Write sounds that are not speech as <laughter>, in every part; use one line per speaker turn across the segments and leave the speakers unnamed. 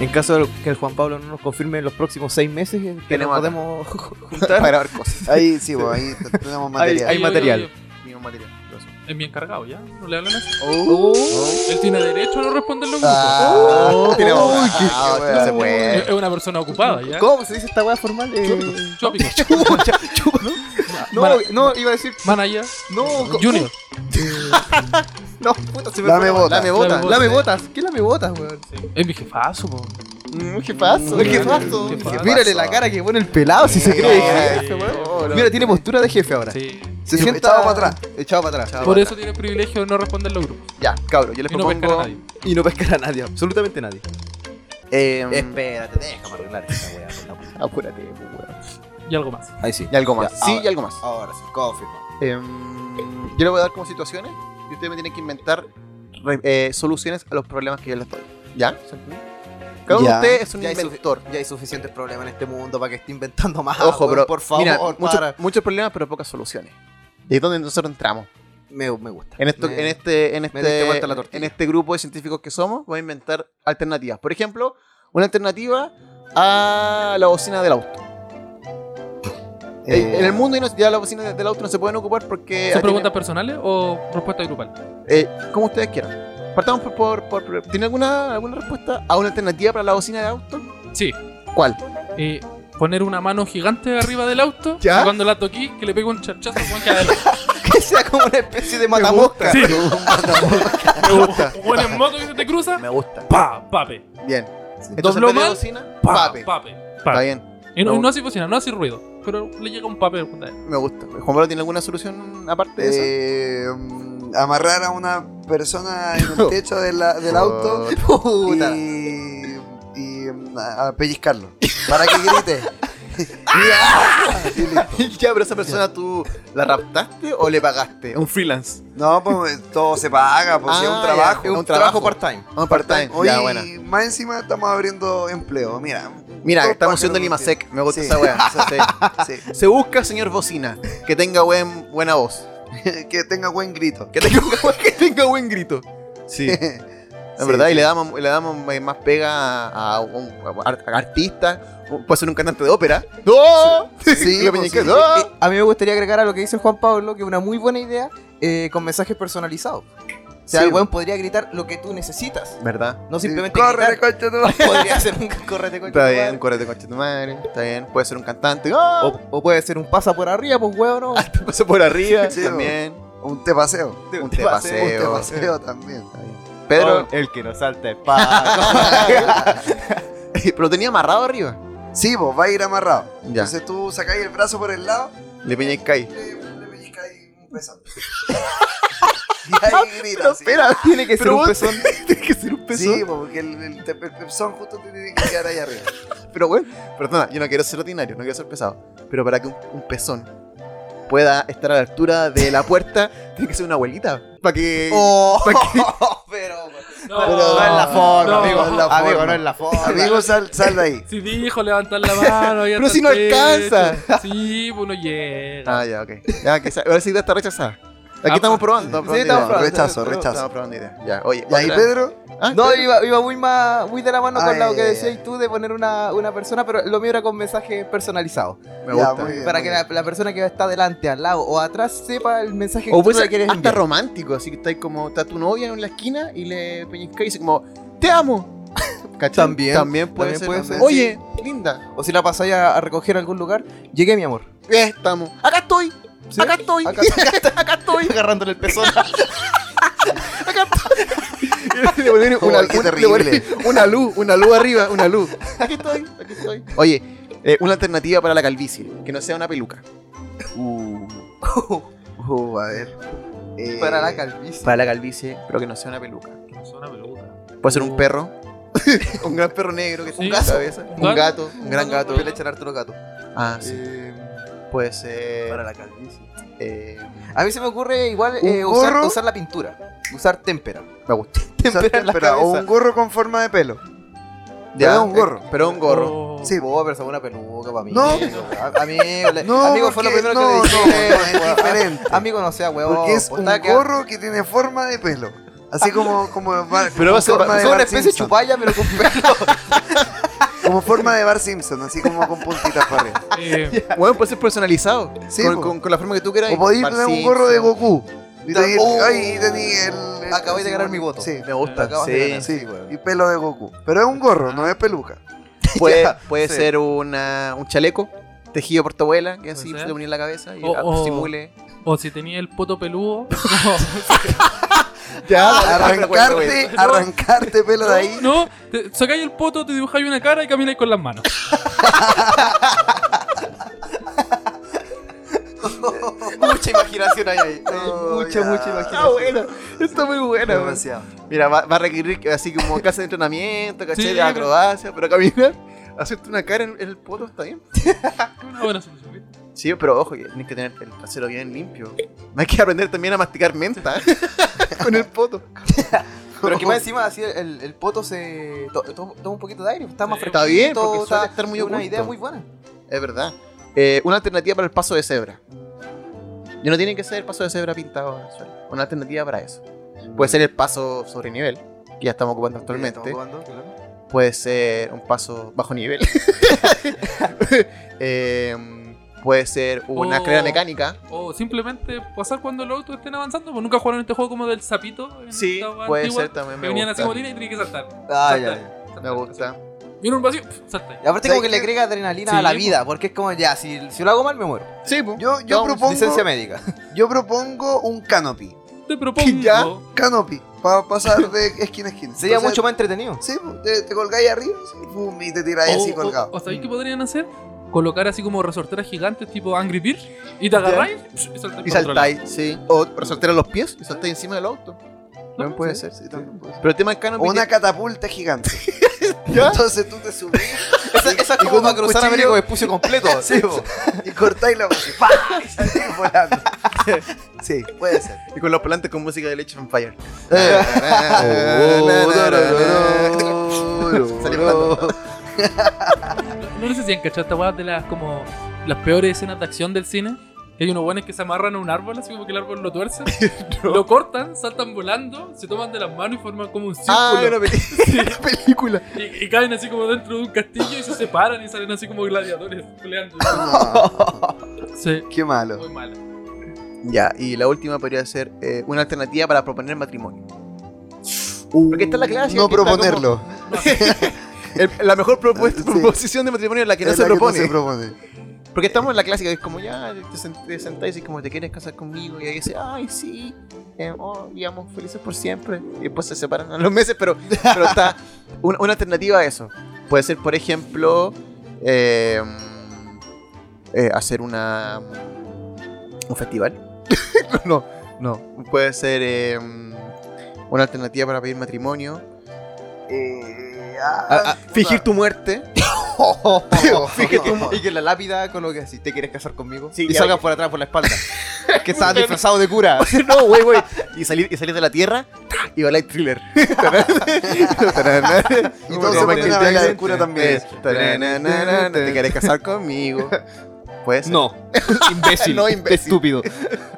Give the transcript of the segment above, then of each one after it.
En caso de que el Juan Pablo no nos confirme en los próximos seis meses, que
Tenemos
nos
acá.
podemos juntar.
<laughs> para grabar cosas.
Ahí sí, pues, ahí t- tenemos material.
hay material.
Mismo material. Lo hacemos.
Es mi encargado, ¿ya? No le hablan así.
Uh,
Oh.
Él tiene derecho a no responderlo.
Ah, eh.
Tiene
uy,
abogado,
qué-
no se puede.
Es una persona ocupada, ¿ya?
¿Cómo se dice esta weá formal? <laughs> Eh,
Shopping.
<laughs>
No,
Mana-
no, iba a decir.
Manager.
No, co-
Junior.
No, puta, se me
Lame
fue.
botas.
Lame botas.
Lame
Lame
botas.
botas. ¿Qué lame botas, weón?
Es mi jefazo, po.
Mm, Un jefazo.
Mm,
Un jefazo.
jefazo.
Mírale la cara que pone el pelado si se cree
Ay,
jefe, weón. Mira, tiene postura de jefe ahora.
Sí.
Se
Sí,
sienta
echado para atrás.
Echado para atrás.
Por eso tiene el privilegio de no responder los grupos.
Ya, cabro, yo les
Y no pescar a
propongo.
nadie.
y no pescar a nadie, absolutamente nadie.
eh,
Espérate, déjame arreglar esa weá. por la puta.
Apúrate, pues, weón. Ah,
Y algo más.
Ahí sí.
Y algo más.
Ya,
sí,
ahora.
y algo más.
Ahora sí, confirmo.
Em, yo le voy a dar como situaciones y ustedes me tienen que inventar re- eh, soluciones a los problemas que yo les doy. ¿Ya? ¿Se entiende? Cada uno de
Ya.
ustedes es un
Ya, eso-
inventor. Ah,
Ya hay suficientes problemas en este mundo para que esté inventando más.
Ojo,
weón,
pero
Por favor,
mira, muchos,
para.
muchos problemas, pero pocas soluciones. Y es donde nosotros entramos.
Me, me gusta.
En, esto,
Me-
en, este, <laughs> en,
diste
este,
vuelta la tortilla.
en este grupo de científicos que somos, voy a inventar alternativas. Por ejemplo, una alternativa a la bocina del auto. Eh, en el mundo y no- ya las bocinas de- del auto no se pueden ocupar porque.
¿Son
aquí-
preguntas personales o respuestas grupales?
eh, como ustedes quieran. Partamos por. por, por- por- ¿Tiene alguna, alguna respuesta a una alternativa para la bocina de auto?
Sí.
¿Cuál?
Eh, poner una mano gigante arriba del auto
¿Ya?
y cuando la toquí que le pegue un charchazo Juan que adelante.
Que sea como una especie de matamosca.
Sí.
Me gusta.
Un buen en moto que se te cruza,
Me gusta.
pa, pape,
Bien. Entonces,
Dobló
en vez de
mal,
bocina,
pa,
pape.
pape, pape.
Está bien.
Y no,
Me
y no hace bocina, no hace ruido, pero le llega un pape. puta.
Me gusta. Juan Pablo, ¿tiene alguna solución aparte de eso?
Eh, mm, amarrar a una persona en
<laughs>
el techo de la- del auto
Puta.
y, y mm, a a pellizcarlo para que grite. Y
<laughs>
listo.
ya, pero esa persona tú la raptaste o le pagaste? Un freelance.
No, pues todo se paga, pues si es
Ah,
un
ya,
trabajo.
es un
un trabajo
trabajo.
part-time.
Un part-time.
Hoy
Ya, buena.
más encima estamos abriendo empleo, mira.
Mira,
Dos
estamos siendo
pájaros de un
Limasec. Me gusta
Sí.
esa wea. esa
<laughs>
sí.
tiro.
<laughs>
Sí.
Se busca, señor bocina, que tenga buen, buena voz.
<laughs> que tenga buen grito.
Que tenga, <laughs> que tenga buen grito. <laughs> Sí. Es
Sí,
verdad, y
sí.
le damos, le damos eh, más pega a, a un a ar- a artista. o Puede ser un cantante de ópera. ¡No!
Sí,
Lo
pues,
peñiqué,
sí.
¡no!
Eh, a mí me gustaría agregar a lo que dice Juan Pablo que una muy buena idea eh, con mensajes personalizados. O sea,
Sí.
el weón podría gritar lo que tú necesitas.
¿Verdad?
No simplemente
Corre,
gritar.
coche, tú.
<laughs> podría ser un correte con
<laughs> Está
tu
bien,
madre.
correte con tu madre. Está bien, puede ser un cantante. ¡Ah!
O, o puede ser un pasa por arriba, pues weón, ¿no?
O <laughs> pasa por arriba.
Sí, oh.
también.
Un te paseo.
Un
te
te
paseo,
Un te
paseo.
paseo también.
Pedro.
el que nos salta es
Pero tenía amarrado arriba.
Sí, pues va a ir amarrado.
Ya.
Entonces tú sacáis el brazo por el lado,
Le peñiqué.
le, le pellizcáis un beso. y ahí grita.
<laughs> Pero
sí.
espera, tiene que
ser un
pezón. tiene que ser un pezón.
Sí, pues, porque el, el, te- el pezón justo te tiene que quedar ahí arriba.
Pero bueno, perdona, yo no quiero ser ordinario, no quiero ser pesado. Pero para que un, un pezón pueda estar a la altura de la puerta, <laughs> tiene que ser una abuelita. Para que.
<laughs> Oh,
¿Para qué?
pero.
No,
Pero no es la forma,
no.
amigo, es la forma.
Amigo, no es la forma.
Amigo, sal, sal de ahí.
Si dijo levantar la mano. y
<laughs> Pero
hasta
si no
el techo.
alcanza.
Sí, pues no llega.
Ah, ya, ok. Ya, que esa, ahora sí está rechazada. Aquí
Ah,
estamos probando.
sí, estamos probando. Rechazo,
Estamos-
rechazo.
Estamos probando idea. Ya, oye.
¿Y ahí,
otra.
Pedro?
Ah,
No,
Pedro.
iba, iba muy, más, muy de la mano
Ay,
con lo que
ay,
decías
ay.
tú de poner una, una persona, pero lo mío era con mensajes personalizados.
Me
Ya,
gusta.
muy bien.
para que la, la persona que está delante, al lado o atrás sepa el mensaje
O
que
puede
tú le
ser
quieres
hasta
enviar.
romántico, así que está ahí como, está tu novia en la esquina y le peñizca y dice como, te amo. <laughs> ¿Cachai?
También,
También puede,
también puede
ser,
ser,
Oye, linda.
O si la pasáis a, a recoger a algún lugar, llegué mi amor.
Eh, estamos. Acá estoy.
¿Sí? <laughs>
Acá estoy.
Acá-
<laughs> Acá estoy.
Agarrándole el pezón.
Le <laughs> ponen
Oh,
una,
qué
un- le
terrible.
ponen una luz, una luz arriba, una luz. <laughs> Aquí estoy, aquí estoy. Oye, eh, una alternativa para la calvicie, que no sea una peluca.
Uh, <laughs> uh, a ver. Eh,
Para la calvicie.
Para la calvicie, pero que no sea una peluca.
Suena peluda.
Puede ser un
Uh.
perro, un gran perro negro, que
Sí.
un gato, cabeza,
Un
un
gato.
gato, un gran gato.
Yo le echaré
harto gato. Ah, sí. Puede ser. Para la calvicie.
A mí se me ocurre igual
¿Un
eh, usar,
gorro?
usar la pintura. Usar témpera.
me gusta.
<laughs>
usar
Témpera en la
témpera,
cabeza.
o
oh,
un gorro con forma de pelo.
Ya,
es un gorro.
eh, pero es un gorro.
Sí,
Oh, pero se fue una peluca para mí.
No.
Amigo,
<laughs>
le-
No,
eh, amigo fue lo
porque-
primero
no,
que le dije.
no, es
weón.
diferente.
<laughs> Amigo, no sea huevón.
Porque es
pues,
un
está que-
gorro que tiene forma de pelo. Así como, como, va-
Pero va a ser-
forma de
Son una
Bart
especie de
Simpson.
chupalla, pero con pelo.
Como forma de Bar Simpson, así como con puntitas para
<laughs>
arriba.
Eh,
Bueno, puede ser personalizado.
Sí,
con,
po.
con- con la forma que tú quieras.
O podéis
Bar
poner un
Simpson.
gorro de Goku. Y
Da-
tenéis
¡Oh!
ahí tenéis el, el-
Acabáis de ganar mi voto.
Sí,
Me gusta.
Acabas de
Sí,
ganar.
sí,
<laughs>
Sí, weón.
y pelo de Goku. Pero es un gorro, no es peluca.
<laughs> <laughs>
Puede,
Ya,
puede
sí.
ser una, un chaleco tejido por tu abuela, que así
Puede
se
ser.
te ponía en la cabeza y
O-
ah,
o-
simule.
o si tenía el poto peludo.
Ya,
Arrancarte, arrancarte pelo de ahí.
No, te- sacáis el poto, te dibujáis una cara y camináis con las manos.
Mucha imaginación hay ahí.
No,
Mucha,
ya.
mucha imaginación.
Está buena, está muy buena. weón.
Demasiado.
Mira, va, va a requerir así como clase de entrenamiento, caché,
<laughs> Sí,
de acrobacia, pero caminar, <laughs> hacerte una cara en, en el poto está bien.
Una buena solución.
Sí, pero ojo, que tienes que tener el trasero bien limpio. Hay que aprender también a masticar
<laughs>
menta <laughs> con el poto.
Pero que más encima, así el, el poto se to- to- toma un poquito de aire. Está más
Sí.
fresquito.
Está bien, porque suele
está-
estar muy
es Una
oculto.
idea muy buena.
Es verdad. Eh, una alternativa para el paso de cebra. Y no tiene que ser el paso de cebra pintado en el suelo. Una alternativa para eso. Puede ser el paso sobre nivel, que ya estamos ocupando actualmente.
¿Estamos jugando? Claro.
Puede ser un paso bajo
<laughs>
nivel. <laughs> Eh, puede ser una
Oh.
escalera mecánica.
O simplemente pasar cuando los autos estén avanzando. Pues nunca jugaron este juego como del sapito. en
Sí,
esta hueá
puede
antigua,
ser también.
Que
Me
venían así
gusta.
como línea y tenías que saltar.
Ah, ya,
Saltar,
ya.
saltar,
Me gusta.
Y en un vacío, pf, saltáis.
Y aparte,
¿Sabes
como que le
qué?
agrega adrenalina
Sí,
a la
po.
vida, porque es como ya, si, si lo hago mal, me muero.
Sí, po.
Yo, yo,
Vamos,
propongo,
Licencia
<laughs>
médica.
yo propongo un canopy.
Te propongo.
¿Ya?
Canopy, para pasar de esquina a esquina.
Sería
Entonces,
mucho más entretenido.
Sí, pues, te, te colgáis arriba sí, pum, y te tiráis así
o-
colgado.
o
Mm.
¿sabéis qué podrían hacer? Colocar así como resorteras gigantes tipo Angry Birds y te agarráis psh, y saltáis.
Y
para otro lado.
saltáis, sí. O resortear los pies y saltáis encima del auto. También puede ser. <laughs>
Sí, también puede ser.
Pero el tema del canopy.
O una catapulta
<laughs>
gigante.
¿Ya?
Entonces tú te subís
Esa, esa es
y con
como para
un
cruzar
cuchillo-
América con espucio completo.
<laughs>
Sí, po. y cortáis la música. ¡pa! Y salís volando. Sí, puede ser.
Y con los plantas con música de Leche on Fire. Eh, Oh, <laughs> Salí volando.
No, no sé si han cachado esta weá de las como las peores escenas de acción del cine. Que hay unos buenos que se amarran a un árbol, así como que el árbol lo
<laughs>
tuerce, lo cortan, saltan volando, se toman de las manos y forman como un círculo.
Ah, una peli- película.
y, y caen así como dentro de un castillo y se separan y salen así como gladiadores
<laughs>
peleando.
No,
Sí,
Oh, qué malo.
muy malo.
<laughs> Ya, y la última podría ser eh, una alternativa para proponer matrimonio. Porque esta es la clásica.
No
que está
proponerlo.
como- el- la mejor propuesta, <laughs>
Sí.
proposición de matrimonio es la que no
Es
se
la que
propone.
no se propone.
Porque estamos en la clásica que es como, ya, te, sent- te sentáis y es como, ¿te quieres casar conmigo? Y ahí dice, ay, sí, eh, oh, digamos, felices por siempre. Y después se separan a los meses, pero, pero <laughs> está una, una alternativa a eso. Puede ser, por ejemplo, eh, eh, hacer una un festival. no,
<laughs>
no. Puede ser eh, una alternativa para pedir matrimonio.
Eh,
Ah, ah,
ah,
fingir tu muerte.
Oh, Fíjate, y que en la lápida coloque así, ¿te quieres casar conmigo?
Sí,
y
ya.
salgan por atrás, por la espalda. que
<laughs>
estaban disfrazados de cura.
no, güey, güey. Y salir, y salir de la tierra ¡tra! y bailar thriller.
Y
<laughs>
todos se ponen a bailar de cura también.
¿Te querés casar conmigo?
<laughs>
Pues
No, imbécil.
No, imbécil.
Estúpido.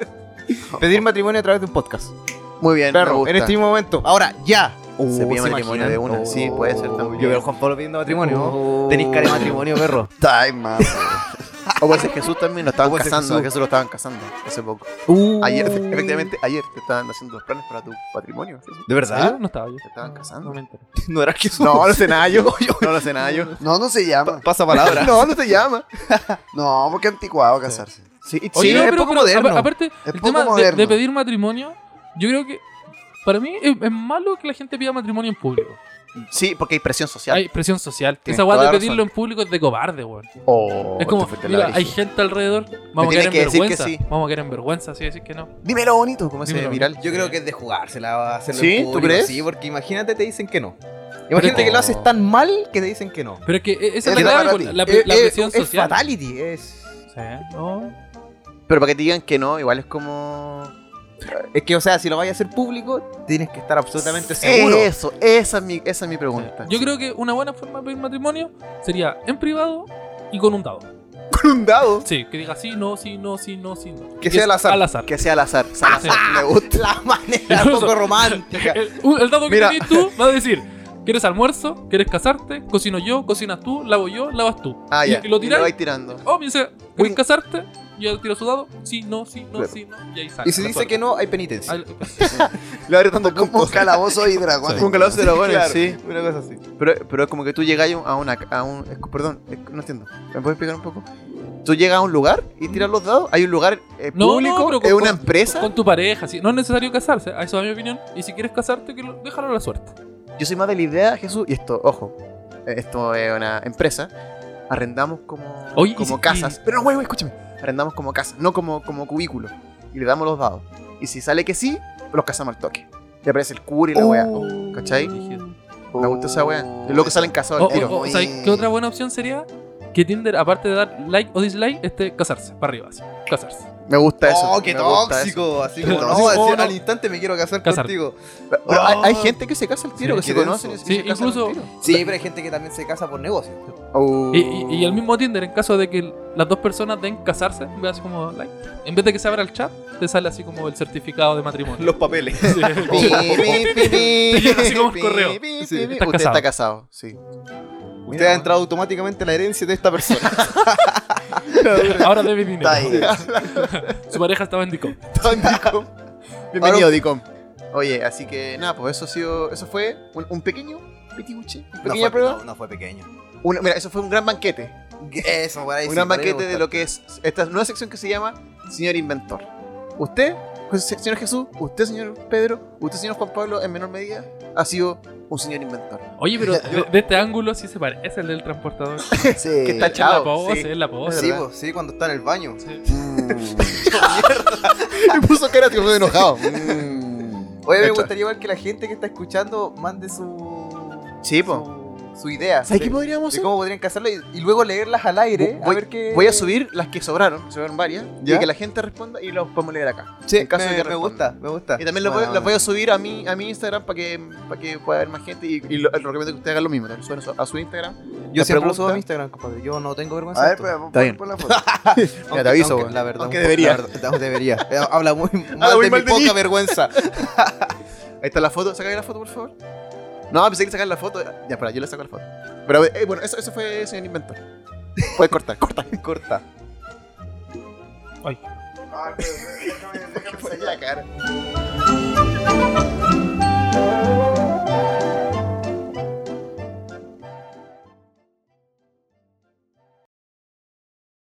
<laughs> Pedir matrimonio a través de un podcast.
Muy bien, me
Perro,
gusta.
en este mismo momento. Oh, Ahora, ya.
Uh, se pide matrimonio
imaginan?
de una, sí, puede ser también.
Oh.
Oh.
Yo veo a Juan Pablo pidiendo matrimonio. Tenéis cara de matrimonio, perro.
Time, man.
O Ah, puede ser Jesús también, lo estaban
O puede ser
casando.
Jesús.
Jesús lo estaban casando hace poco.
Uh.
Ayer, <laughs>
Oh.
efectivamente, ayer te estaban haciendo los planes para tu patrimonio. Jesús.
¿De verdad?
No estaba yo.
Te estaban casando.
<laughs> No me enteré.
No era Jesús.
No, no sé nada yo. No lo sé nada yo.
No, no se llama.
Pasa palabra.
<laughs> No, no te llama.
No, porque anticuado casarse.
Sí,
Oye,
sí,
no,
es
pero,
poco
pero,
moderno.
apa- aparte, el
poco
tema de- de,
moderno.
pedir matrimonio, yo creo que para mí es, es malo que la gente pida matrimonio en público.
Sí, porque hay presión social.
Hay presión social.
Tienes
Esa weá
toda
de
la
pedirlo
razón.
en público es de cobarde, weón.
Oh,
es como,
te fuiste a la
mira,
brígida.
hay gente alrededor, vamos a
tienes
quedar en
que decir que
vergüenza.
sí.
Vamos a quedar en vergüenza, así decir que no.
Dímelo bonito, como
Dímelo
se viral.
Yo creo que es de jugársela, hacerlo
¿Sí?
en
¿Tú
público,
crees?
Sí, porque imagínate te dicen que no. Imagínate
Pero-
que lo haces tan mal que te dicen que no.
Pero es que e- esa
Es
es la
que
clave
para
con
ti.
la, la pre- la
Eh, eh,
presión
es
social.
fatality, es...
Sí, no.
Pero para que te digan que no, igual es como.
Es que, o sea, si lo vayas a hacer público, tienes que estar absolutamente seguro. <laughs>
Eso, esa es mi, esa es mi pregunta.
Yo creo que una buena forma de pedir matrimonio sería en privado y con un dado.
con un dado.
Sí, que diga sí, no, sí, no, sí, no, sí, no.
Que
Y
sea
es
al azar.
Al azar.
Que sea al azar. Salazar.
Ah,
Me gusta.
La manera
Incluso-
poco <laughs> romántica.
El, uh, el dado que
Mira.
tenés tú va a decir: ¿Quieres almuerzo? ¿Quieres casarte? Cocino yo, cocinas tú, lavo yo, lavas tú.
Ah,
y,
ya.
y lo
Y
tiras.
vais tirando.
Oh, me dice: ¿Quieres casarte? Yo tiro su dado. Sí, no, sí, no,
Claro.
sí, no. Y ahí sale.
Y si dice que no, hay penitencia.
Al-
Le va dando
Como
puntos.
un calabozo y dragón.
Como que lo hace dragones,
Claro,
sí.
Una cosa así.
Pero, pero es como que tú llegas a una. A un, es- perdón, es- no entiendo. ¿Me puedes explicar un poco? Tú llegas a un lugar y tiras los dados. Hay un lugar eh,
No, no,
público,
pero con-
es una
con-
empresa.
Con tu pareja, sí. No es necesario casarse, a eso es mi opinión. Y si quieres casarte, que lo- déjalo a la suerte.
Yo soy más de la idea, Jesús, y esto, ojo, eh, esto es una empresa. Arrendamos como,
Oye, y
como
si-
casas. Pero no, güey, güey, escúchame. Arrendamos como casas, no como, como cubículos. Y le damos los dados. Y si sale que sí, los casamos al toque. Y aparece el cura y la weá.
Oh.
¿Cachai? Me gusta esa weá. Y luego salen casados
O,
al tiro.
o- o sea, ¿qué otra buena opción sería? Que Tinder, aparte de dar like o dislike, esté casarse, para arriba, así. Casarse.
Me gusta eso.
Oh, qué
me gusta
tóxico. Así como,
Pero
no,
así como,
decir,
no.
al instante me quiero casar
Casar.
contigo.
eso. Pero- pero hay,
Oh.
hay gente que se casa al tiro,
Sí,
que se
qué denso.
conocen y se
Sí,
casan al
incluso-
tiro.
Sí, pero hay gente que también se casa por negocio.
Oh.
Y, y- y el mismo Tinder, en caso de que las dos personas den casarse, ve así como like. En vez de que se abra el chat, te sale así como el certificado de matrimonio.
papeles.
Sí.
Pi, pi, pi,
<laughs>
pi,
llegan así como el
pi,
correo.
pi,
Sí.
pi, pi.
Estás
Usted
casado.
está casado, sí.
Usted ha entrado automáticamente en la herencia de esta persona.
<laughs> Ahora debe dinero.
Está ahí.
Su pareja estaba en Dicom.
Bienvenido, Dicom. Oye, así que nada, pues eso ha sido. Eso fue un, un pequeño petibuche, una pequeña prueba.
No, no fue pequeño.
Un- mira, eso fue un gran banquete.
Eso, para ahí.
un
sí,
gran
por ahí me
banquete de
gusta.
lo que es esta nueva sección que se llama Señor Inventor. Usted, José- señor Jesús, usted, señor Pedro, usted, señor Juan Pablo, en menor medida, ha sido un señor
<laughs>
inventor.
Oye, pero de, de este ángulo sí se parece el del transportador.
Sí.
Que
Ah,
está
Es la
chao.
pose,
sí.
es la pose.
Sí,
Oh, ¿verdad?
po, sí, cuando está en el baño.
Sí.
Mm,
Y puso cara que fue enojado.
mm.
Oye, me
Cacha.
gustaría igual que la gente que está escuchando mande su.
Sí, po.
su, su idea.
¿Sabes qué
de-
podríamos
de
hacer?
cómo podrían casarlo y, y luego leerlas al aire.
Voy-
a ver qué.
Voy a subir las que sobraron, sobraron varias,
¿Ya?
y que la gente responda y los podemos leer acá.
Sí,
en caso
me,
de que
me
responda.
gusta, me gusta.
Y también lo voy-
Bueno,
las voy a subir a mi, a mi Instagram para que, para que pueda haber más gente. Y, y lo, lo recomiendo que ustedes hagan lo mismo. también suban a su- a su Instagram.
Yo
las
siempre lo
preguntas.
subo a mi Instagram, compadre. Yo no tengo vergüenza.
A ver,
de
pues,
esto.
pon-
Está bien.
pon la foto.
Mira, te aviso,
aunque,
weón.
la verdad,
Aunque
un poco-
debería.
la verdad, no, debería. Eh, Habla muy mal
Habla muy
de
Ah, mal
mi
de mí.
poca
<laughs>
vergüenza.
Ahí está la foto. Saca ahí la foto, por favor. No, pensé que sacar la foto. Ya, espera, yo le saco la foto. Pero eh, bueno, eso, eso fue señor inventor. Puedes cortar, <laughs> corta.
Corta.
Ah, pero déjame- déjame enseñar.
cara.